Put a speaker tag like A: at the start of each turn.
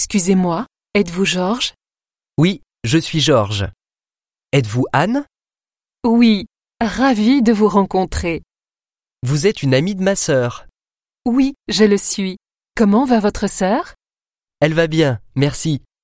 A: Excusez-moi, êtes-vous Georges
B: Oui, je suis Georges. Êtes-vous Anne
A: Oui, ravi de vous rencontrer.
B: Vous êtes une amie de ma sœur.
A: Oui, je le suis. Comment va votre sœur
B: Elle va bien, merci.